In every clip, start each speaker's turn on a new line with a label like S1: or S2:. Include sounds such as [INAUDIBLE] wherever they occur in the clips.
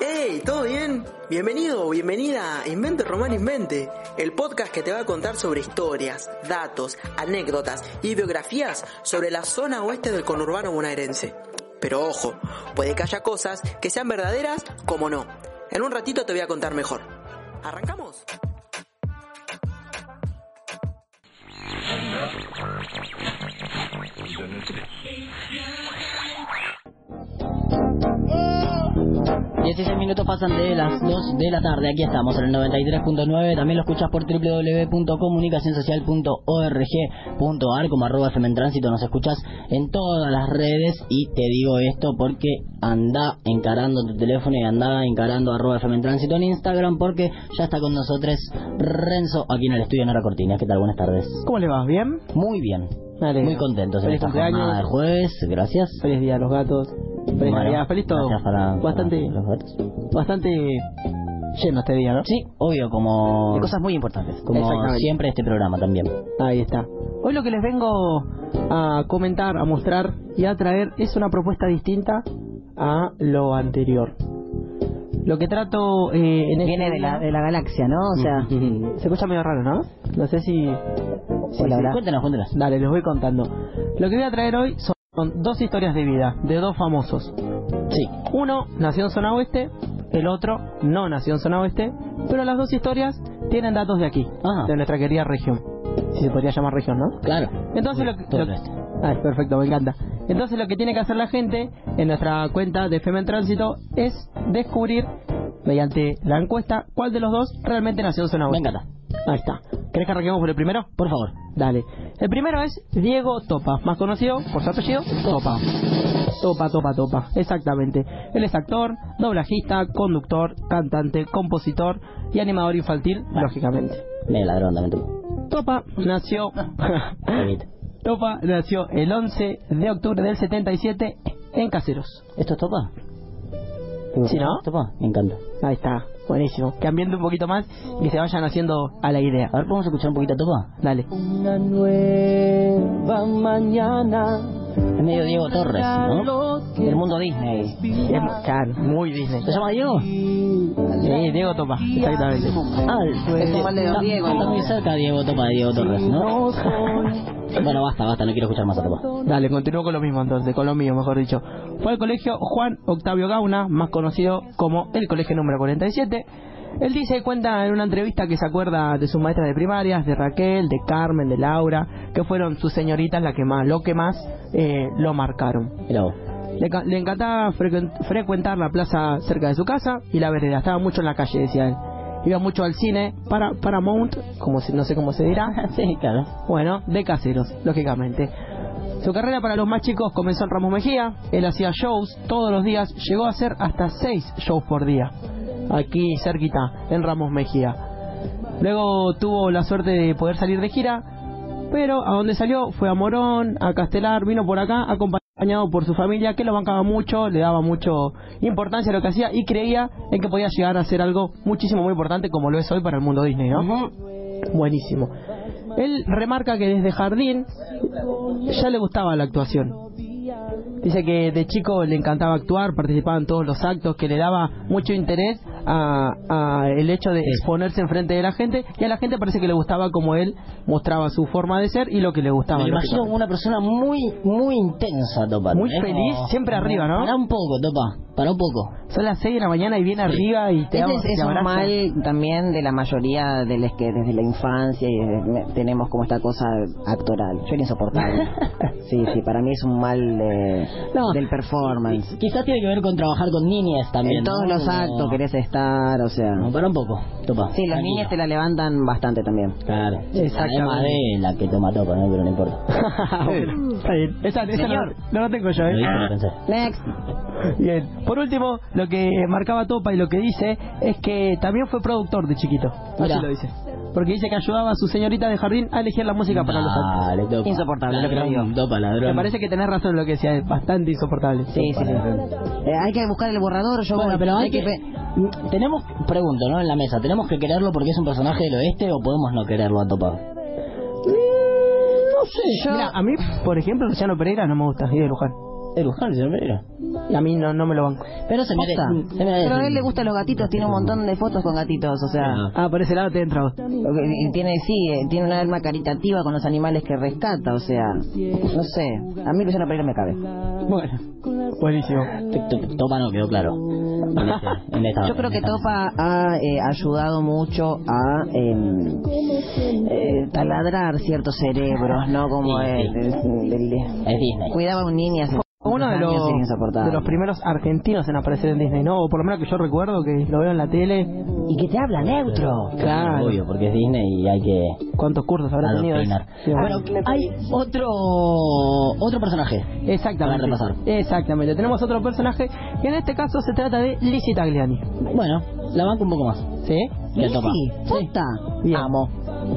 S1: ¡Hey! ¿Todo bien? Bienvenido o bienvenida a Invente Román Invente, el podcast que te va a contar sobre historias, datos, anécdotas y biografías sobre la zona oeste del conurbano bonaerense. Pero ojo, puede que haya cosas que sean verdaderas como no. En un ratito te voy a contar mejor. ¿Arrancamos?
S2: Dieciséis minutos pasan de las 2 de la tarde, aquí estamos en el 93.9, también lo escuchas por www.comunicacionsocial.org.ar como arroba FM en tránsito, nos escuchas en todas las redes y te digo esto porque anda encarando tu teléfono y anda encarando arroba FM en tránsito en Instagram porque ya está con nosotros Renzo aquí en el estudio Nora Cortina, ¿qué tal? Buenas tardes.
S3: ¿Cómo le vas? ¿Bien?
S2: Muy bien,
S3: Me alegro.
S2: muy contentos en
S3: Feliz
S2: esta
S3: cumpleaños.
S2: jornada de jueves, gracias.
S3: Feliz día a los gatos. Feliz
S2: Bueno,
S3: Navidad, feliz todo.
S2: gracias para-
S3: bastante,
S2: para los gatos.
S3: bastante lleno este día, ¿no?
S2: Sí, obvio, como...
S3: De cosas muy importantes.
S2: Como
S3: Exactamente.
S2: siempre este programa también.
S3: Ahí está. Hoy lo que les vengo a comentar, a mostrar y a traer es una propuesta distinta a lo anterior. Lo que trato eh, en este
S4: Viene de la,
S3: día-
S4: de la galaxia, ¿no? O
S3: [LAUGHS]
S4: sea,
S3: se escucha medio raro, ¿no? No sé si... si
S2: Hola,
S3: se-
S2: Cuéntanos, cuéntanos.
S3: Dale, les voy contando. Lo que voy a traer hoy son- son dos historias de vida de dos famosos.
S2: Sí.
S3: Uno nació en zona oeste, el otro no nació en zona oeste, pero las dos historias tienen datos de aquí,
S2: Ah.
S3: de nuestra querida región. Si se podría llamar región, ¿no?
S2: Claro.
S3: Entonces lo que...
S2: Todo
S3: lo-
S2: el resto.
S3: Ay, perfecto, me encanta. Entonces lo que tiene que hacer la gente en nuestra cuenta de FM en Tránsito es descubrir, mediante la encuesta, cuál de los dos realmente nació en zona
S2: Me
S3: oeste.
S2: encanta.
S3: Ahí está. ¿Querés que arranquemos por el primero?
S2: Por favor.
S3: Dale. El primero es Diego Topa, más conocido por su apellido Topa. Topa, Topa, Topa, exactamente. Él es actor, doblajista, conductor, cantante, compositor y animador infantil, lógicamente.
S2: Me ladrón también tú.
S3: Topa nació [LAUGHS]
S4: ¿Ah?
S2: Permite.
S3: Topa nació el 11 de octubre del 77 en Caseros.
S2: ¿Esto es topa?
S3: ¿Sí, no?
S2: ¿Topa? Me encanta.
S3: Ahí está, buenísimo. Que ambiente un poquito más y que se vayan haciendo a la idea.
S2: A ver, ¿podemos escuchar un poquito a topa?
S3: Dale.
S4: una nueva mañana.
S2: Es medio Diego Torres, ¿no? Del mundo Disney.
S3: Claro, muy Disney.
S2: ¿Se llama Diego?
S3: Sí, Diego Topa, exactamente. pues,
S2: Ah,
S4: Es igual de Don
S2: está-
S4: Diego,
S2: Está
S4: ¿no?
S2: muy cerca Diego Topa de Diego Torres, [LAUGHS] ¿no? Bueno, basta, basta, no quiero escuchar más a Topa.
S3: Dale, continúo con lo mismo entonces, con lo mío, mejor dicho. Fue al colegio Juan Octavio Gauna, más conocido como el colegio número 47. Él dice y cuenta en una entrevista que se acuerda de sus maestras de primarias, de Raquel, de Carmen, de Laura, que fueron sus señoritas las que más, lo que más eh, lo marcaron.
S2: Mira vos.
S3: Le, ca- le encantaba frecu- frecuentar la plaza cerca de su casa y la vereda. Estaba mucho en la calle, decía él. Iba mucho al cine para Paramount, como si, no sé cómo se dirá.
S2: [LAUGHS] Sí, claro.
S3: Bueno, de caseros, lógicamente. Su carrera para los más chicos comenzó en Ramos Mejía. Él hacía shows todos los días, llegó a hacer hasta seis shows por día. Aquí cerquita, en Ramos Mejía. Luego tuvo la suerte de poder salir de gira, pero a donde salió fue a Morón, a Castelar, vino por acá acompañado por su familia que lo bancaba mucho, le daba mucho importancia a lo que hacía y creía en que podía llegar a ser algo muchísimo muy importante como lo es hoy para el mundo Disney, ¿no? Buenísimo. Él remarca que desde jardín ya le gustaba la actuación. Dice que de chico le encantaba actuar, participaba en todos los actos, que le daba mucho interés a, a el hecho de exponerse enfrente de la gente y a la gente parece que le gustaba como él mostraba su forma de ser y lo que le gustaba.
S2: Me lo imagino como
S3: lógicamente.
S2: una persona muy, muy intensa, Topa.
S3: Muy
S2: Es como-
S3: feliz, siempre arriba, ¿no?
S2: Pará un poco, Topa. Pará un poco.
S3: Son las 6 de la mañana y viene arriba y te
S4: Este
S3: ama-
S4: es,
S3: te
S4: es un
S3: abraza.
S4: mal también de la mayoría de los que desde la infancia y desde- tenemos como esta cosa actoral. Yo era
S2: [LAUGHS]
S4: insoportable. sí, sí, para mí es un mal de-
S2: No.
S4: del performance.
S2: Quizás tiene que ver con trabajar con niñas también.
S4: En todos
S2: ¿no?
S4: los
S2: Como-
S4: actos querés estar, o sea...
S2: No, para un poco, topa.
S4: Sí, los
S2: Tranquilo.
S4: niños te la levantan bastante también.
S2: Claro.
S3: Exactamente.
S2: Además de la que te mató, pero no, pero
S4: [LAUGHS]
S2: no importa.
S3: Está bien. Esa, esa no,
S4: Señor.
S3: no la tengo yo,
S2: Lo
S3: ¿eh?
S2: hice, lo pensé.
S4: Next.
S3: Bien. Por último, lo que marcaba Topa y lo que dice es que también fue productor de chiquito. Así
S2: Mirá.
S3: lo dice. Porque dice que ayudaba a su señorita de jardín a elegir la música para los actos.
S2: Dale, topa.
S4: Insoportable, lo que
S2: Ladrón,
S4: te digo.
S2: Topa, ladrón.
S3: Me parece que tenés razón en lo que decía, es bastante insoportable.
S4: Sí, sí, sí. Eh, hay que buscar el borrador, yo
S2: Bueno,
S4: voy.
S2: pero hay que...
S4: pe- Mm.
S2: Tenemos, pregunto, ¿no? En la mesa, ¿tenemos que quererlo porque es un personaje del oeste o podemos no quererlo a Topa?
S3: No sé, yo... Mira, a mí, por ejemplo, Luciano Pereira no me gusta, y de Luján.
S2: Es Luján, señor Pereira.
S3: Y a mí no, no me lo banco.
S2: Pero se merece.
S4: Posta.
S2: se merece.
S4: Pero a él le gustan los gatitos, tiene un montón de fotos con gatitos, o sea...
S2: Ah.
S3: Ah, por ese lado te entra vos.
S4: Y Tiene, sí, eh, tiene una alma caritativa con los animales que rescata, o sea, no sé, a mí Luciano Pereira me cabe.
S3: Bueno, buenísimo.
S2: T- t- Topa no quedó claro. En este- en esta-
S4: Yo creo
S2: en
S4: que
S2: esta mesa.
S4: Topa ha eh, ayudado mucho a eh, eh, taladrar ciertos cerebros, ¿no? Como
S2: Sí,
S4: el,
S2: sí.
S4: el- el- el-
S2: Es Disney.
S4: cuidaba a un niño hace
S3: Uno de
S4: años
S3: los,
S4: y es insoportable.
S3: de los primeros argentinos en aparecer en Disney, ¿no? O por lo menos que yo recuerdo que lo veo en la tele.
S4: Y que te habla neutro.
S3: Claro.
S2: Obvio, porque es Disney y hay que...
S3: ¿Cuántos cursos habrá tenido? ese?
S2: Adoctrinar. Ah,
S3: Sí, bueno.
S2: Bueno, hay otro otro personaje.
S3: Exactamente.
S2: Para repasar.
S3: Exactamente. Tenemos otro personaje y en este caso se trata de Lizzie Tagliani.
S2: Bueno, la banco un poco más.
S3: ¿Sí?
S2: Que Topa.
S4: Sí, posta.
S3: Bien.
S4: Amo.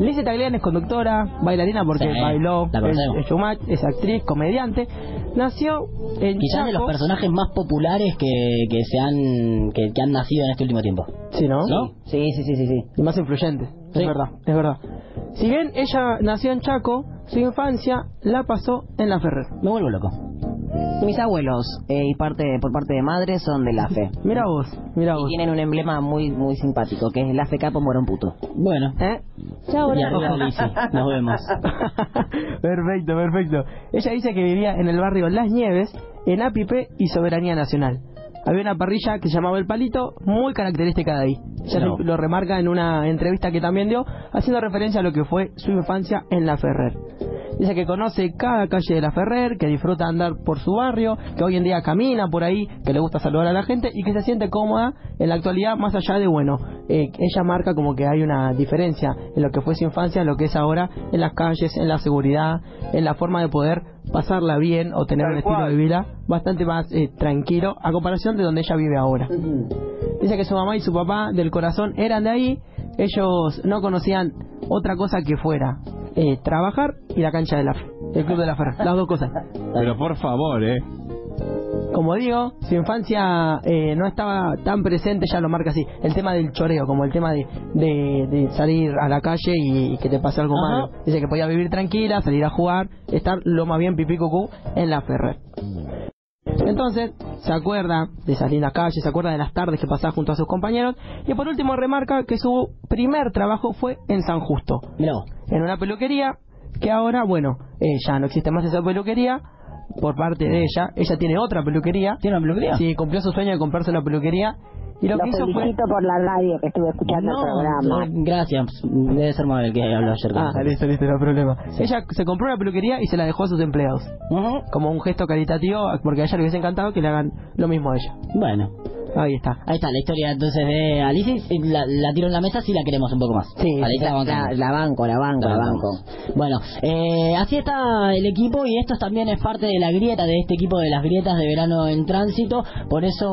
S3: Lizzie Tagliani es conductora, bailarina porque
S2: Sí,
S3: bailó,
S2: la
S3: es,
S2: conocemos.
S3: es showmatch, es actriz, comediante. Nació en
S2: Quizás de los
S3: Chaco.
S2: personajes más populares que, que se han que, que han nacido en este último tiempo.
S3: Sí, ¿no?
S2: ¿No?
S4: Sí, sí, sí, sí, sí.
S3: Y más influyente. Es
S2: Sí.
S3: verdad, es verdad. Si bien ella nació en Chaco, su infancia la pasó en La Ferrer.
S2: Me vuelvo loco.
S4: Mis abuelos eh, y parte por parte de madre son de la fe.
S3: Mira vos, mira
S4: Y
S3: vos.
S4: tienen un emblema muy muy simpático, que es el AFK por muera un puto.
S2: Bueno.
S3: ¿Eh?
S2: y arriba Lizzy.
S4: [LAUGHS]
S2: Nos vemos.
S3: [LAUGHS] perfecto, perfecto. Ella dice que vivía en el barrio Las Nieves, en Apipe y Soberanía Nacional. Había una parrilla que se llamaba El Palito, muy característica de ahí. Ya
S2: No.
S3: se- lo remarca en una entrevista que también dio, haciendo referencia a lo que fue su infancia en La Ferrer. Dice que conoce cada calle de La Ferrer, que disfruta andar por su barrio, que hoy en día camina por ahí, que le gusta saludar a la gente y que se siente cómoda en la actualidad, más allá de, bueno, eh, ella marca como que hay una diferencia en lo que fue su infancia, en lo que es ahora, en las calles, en la seguridad, en la forma de poder pasarla bien o tener
S5: Tal
S3: un estilo
S5: cual.
S3: de vida bastante más eh, tranquilo a comparación de donde ella vive ahora. Dice que su mamá y su papá del corazón eran de ahí. Ellos no conocían otra cosa que fuera eh, trabajar y la cancha de la Fe, el club de la Ferrer, las dos cosas.
S6: Pero por favor, ¿eh?
S3: Como digo, su infancia eh, no estaba tan presente, ya lo marca así, el tema del choreo, como el tema de, de- de salir a la calle y, y que te pase algo
S2: Ajá.
S3: malo. Dice que podía vivir tranquila, salir a jugar, estar lo más bien pipí cucú en la Ferrer. Entonces, se acuerda de esas lindas calles, se acuerda de las tardes que pasaba junto a sus compañeros y por último remarca que su primer trabajo fue en San Justo,
S2: Mira vos.
S3: en una peluquería que ahora, bueno, eh, ya no existe más esa peluquería por parte de ella. Ella tiene otra peluquería.
S2: ¿Tiene una peluquería?
S3: Sí, cumplió su sueño de comprarse una peluquería y lo, que hizo fue...
S7: por la radio que estuve escuchando el programa.
S2: no, gracias. Debe ser Mabel que habló ayer. con
S3: Ah,
S2: nosotros.
S3: listo, listo, no hay problema. Ella se compró una peluquería y se la dejó a sus empleados.
S2: Ujú.
S3: Como un gesto caritativo, porque a ella le hubiese encantado que le hagan lo mismo a ella.
S2: Bueno.
S3: Ahí está.
S2: Ahí está la historia entonces de Alice. Eh, La, la tiro en la mesa si la queremos un poco más.
S4: Sí,
S2: Alice la
S4: la,
S2: bancamos.
S4: la- la banco, la banco, la banco.
S2: Bueno, eh, así está el equipo y esto también es parte de la grieta de este equipo de las grietas de verano en tránsito. Por eso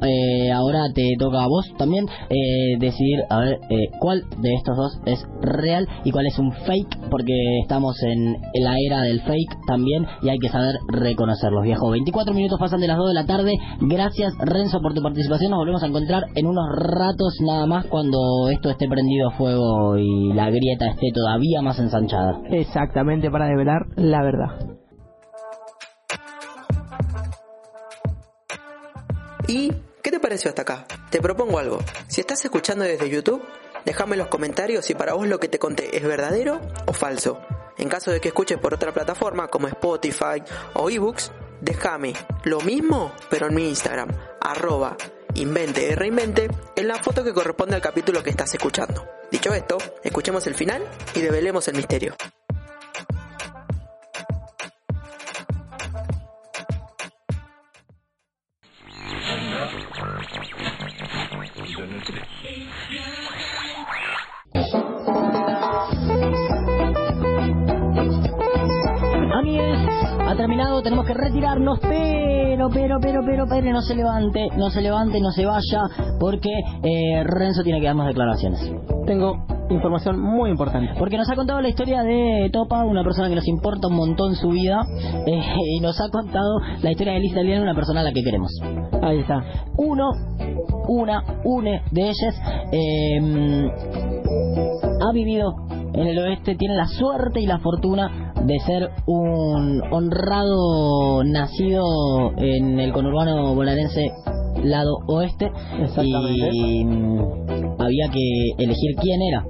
S2: eh, ahora te toca a vos también eh, decidir a ver eh, cuál de estos dos es real y cuál es un fake, porque estamos en la era del fake también y hay que saber reconocerlos, viejo. 24 minutos pasan de las 2 de la tarde. Gracias Renzo por tu participación. Nos volvemos a encontrar en unos ratos nada más cuando esto esté prendido a fuego y la grieta esté todavía más ensanchada.
S3: Exactamente para develar la verdad.
S1: ¿Y qué te pareció hasta acá? Te propongo algo. Si estás escuchando desde YouTube, déjame en los comentarios si para vos lo que te conté es verdadero o falso. En caso de que escuches por otra plataforma como Spotify o eBooks, déjame lo mismo pero en mi Instagram, arroba invente reinvente en la foto que corresponde al capítulo que estás escuchando. Dicho esto, escuchemos el final y develemos el misterio.
S2: terminado, tenemos que retirarnos, pero, pero, pero, pero, pero, no se levante, no se levante, no se vaya, porque eh, Renzo tiene que darnos declaraciones.
S3: Tengo información muy importante.
S2: Porque nos ha contado la historia de Topa, una persona que nos importa un montón su vida, [LAUGHS] eh, y nos ha contado la historia de Liz Italiana, una persona a la que queremos.
S3: Ahí está.
S2: Uno, una, une de ellas eh, ha vivido en el oeste, tiene la suerte y la fortuna de ser un honrado nacido en el conurbano bonaerense lado oeste
S3: Exactamente.
S2: y mm, había que elegir quién era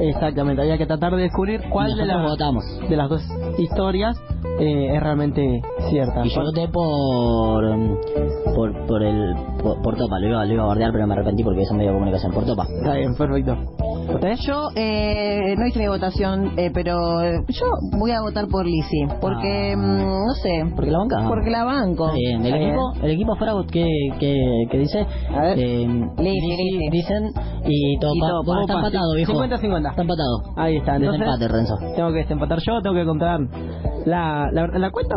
S3: Exactamente, había que tratar de descubrir cuál de
S2: Nosotros [LAUGHS]
S3: las,
S2: votamos.
S3: de las dos historias eh, es realmente cierta.
S2: Y yo voté por, mm, por, por el, por, por Topa, lo iba, lo iba a bordear, pero me arrepentí porque es un medio de comunicación, por Topa.
S3: Está bien, perfecto. ¿Ustedes?
S6: Yo eh, no hice mi votación, eh, pero yo voy a votar por Lizzy, porque
S2: Ah.
S6: mm, no sé,
S2: Porque la banca.
S6: porque la banco.
S2: Está bien, el
S6: Está bien.
S2: equipo, el equipo fuera que, que, que dice,
S3: A ver.
S2: eh,
S6: Lizzy,
S2: Lizzy,
S6: Lizzy.
S2: dicen y Topa.
S3: Y Topa.
S2: Bueno, está
S3: Topa,
S2: empatado, viejo.
S3: 50-50.
S2: Está empatado.
S3: Ahí está, entonces
S2: Desempate, Renzo.
S3: tengo que desempatar yo, tengo que contar la, la, la cuento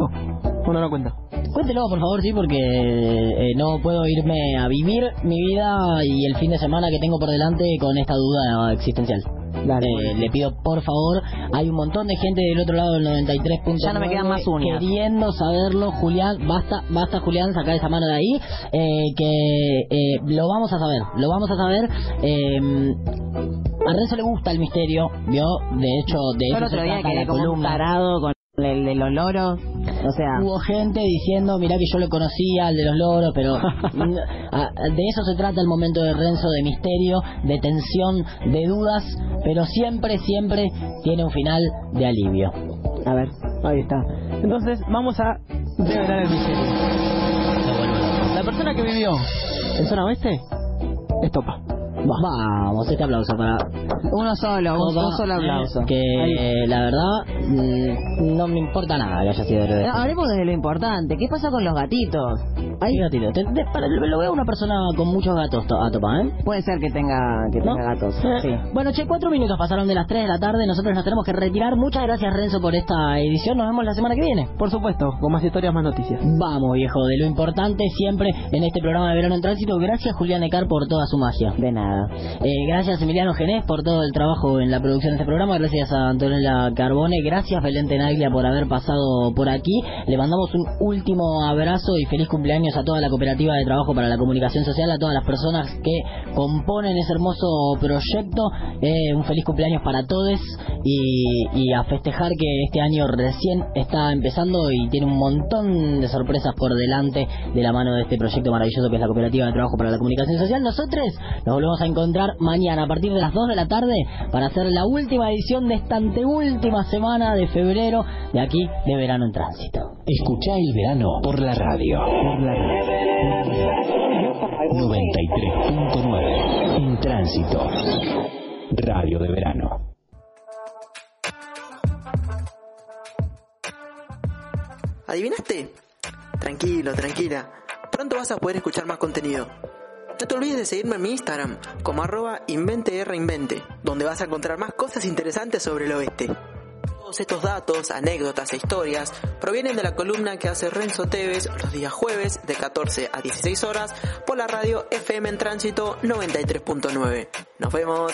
S3: o no la cuento.
S2: Cuéntelo, por favor, sí, porque eh, no puedo irme a vivir mi vida y el fin de semana que tengo por delante con esta duda existencial.
S3: Dale.
S2: Eh, le pido por favor, hay un montón de gente del otro lado del 93.9
S6: Ya no me quedan más uñas.
S2: queriendo saberlo, Julián, basta, basta Julián, sacar esa mano de ahí, eh, que eh, lo vamos a saber, lo vamos a saber. eh, a Renzo le gusta el misterio, vio, de hecho, de
S6: Yo
S2: eso
S6: el
S2: se
S6: otro día
S2: trata
S6: quedé
S2: la
S6: como un
S2: columna.
S6: tarado con el de los loros, o sea,
S2: Hubo gente diciendo, mirá que yo lo conocía, al de los loros,
S6: [LAUGHS]
S2: pero n- a- de eso se trata el momento de Renzo, de misterio, de tensión, de dudas, pero siempre, siempre tiene un final de alivio.
S3: A ver, ahí está. Entonces vamos a revelar el misterio. La persona que vivió en zona oeste es Topa.
S2: Vamos, este aplauso para
S6: uno solo, un,
S2: Toba,
S6: un solo aplauso.
S2: Que eh, la verdad mm, no me importa nada que haya sido héroe. de este.
S6: No, hablemos de lo importante, ¿qué pasa con los gatitos?
S2: Ahí gatito. Te- te- para- lo veo una persona con muchos gatos to- a Topa, ¿eh?
S6: Puede ser que tenga que
S2: ¿No?
S6: tenga gatos, sí.
S2: Eh, Bueno, che, cuatro minutos pasaron de las tres de la tarde. Nosotros nos tenemos que retirar. Muchas gracias, Renzo, por esta edición. Nos vemos la semana que viene.
S3: Por supuesto, con más historias, más noticias.
S2: Vamos, viejo, de lo importante siempre en este programa de Verano en Tránsito. Gracias, Julián Ecar, por toda su magia.
S6: De nada.
S2: Eh, gracias, Emiliano Genés, por todo el trabajo en la producción de este programa. Gracias a Antonella Carbone. Gracias, Belén Tenaglia, por haber pasado por aquí. Le mandamos un último abrazo y feliz cumpleaños a toda la Cooperativa de Trabajo para la Comunicación Social, a todas las personas que componen ese hermoso proyecto. Eh, un feliz cumpleaños para todos y, y a festejar que este año recién está empezando y tiene un montón de sorpresas por delante de la mano de este proyecto maravilloso que es la Cooperativa de Trabajo para la Comunicación Social. Nosotros nos volvemos a encontrar mañana a partir de las 2 de la tarde para hacer la última edición de esta anteúltima semana de febrero de aquí de Verano en Tránsito.
S8: Escuchá el verano por la radio. 93.9 En tránsito. Radio de verano.
S1: ¿Adivinaste? Tranquilo, tranquila. Pronto vas a poder escuchar más contenido. No te olvides de seguirme en mi Instagram como arroba inventerrinvente, donde vas a encontrar más cosas interesantes sobre el oeste. Todos estos datos, anécdotas e historias provienen de la columna que hace Renzo Teves los días jueves de 14 a 16 horas por la radio FM en Tránsito 93.9. Nos vemos.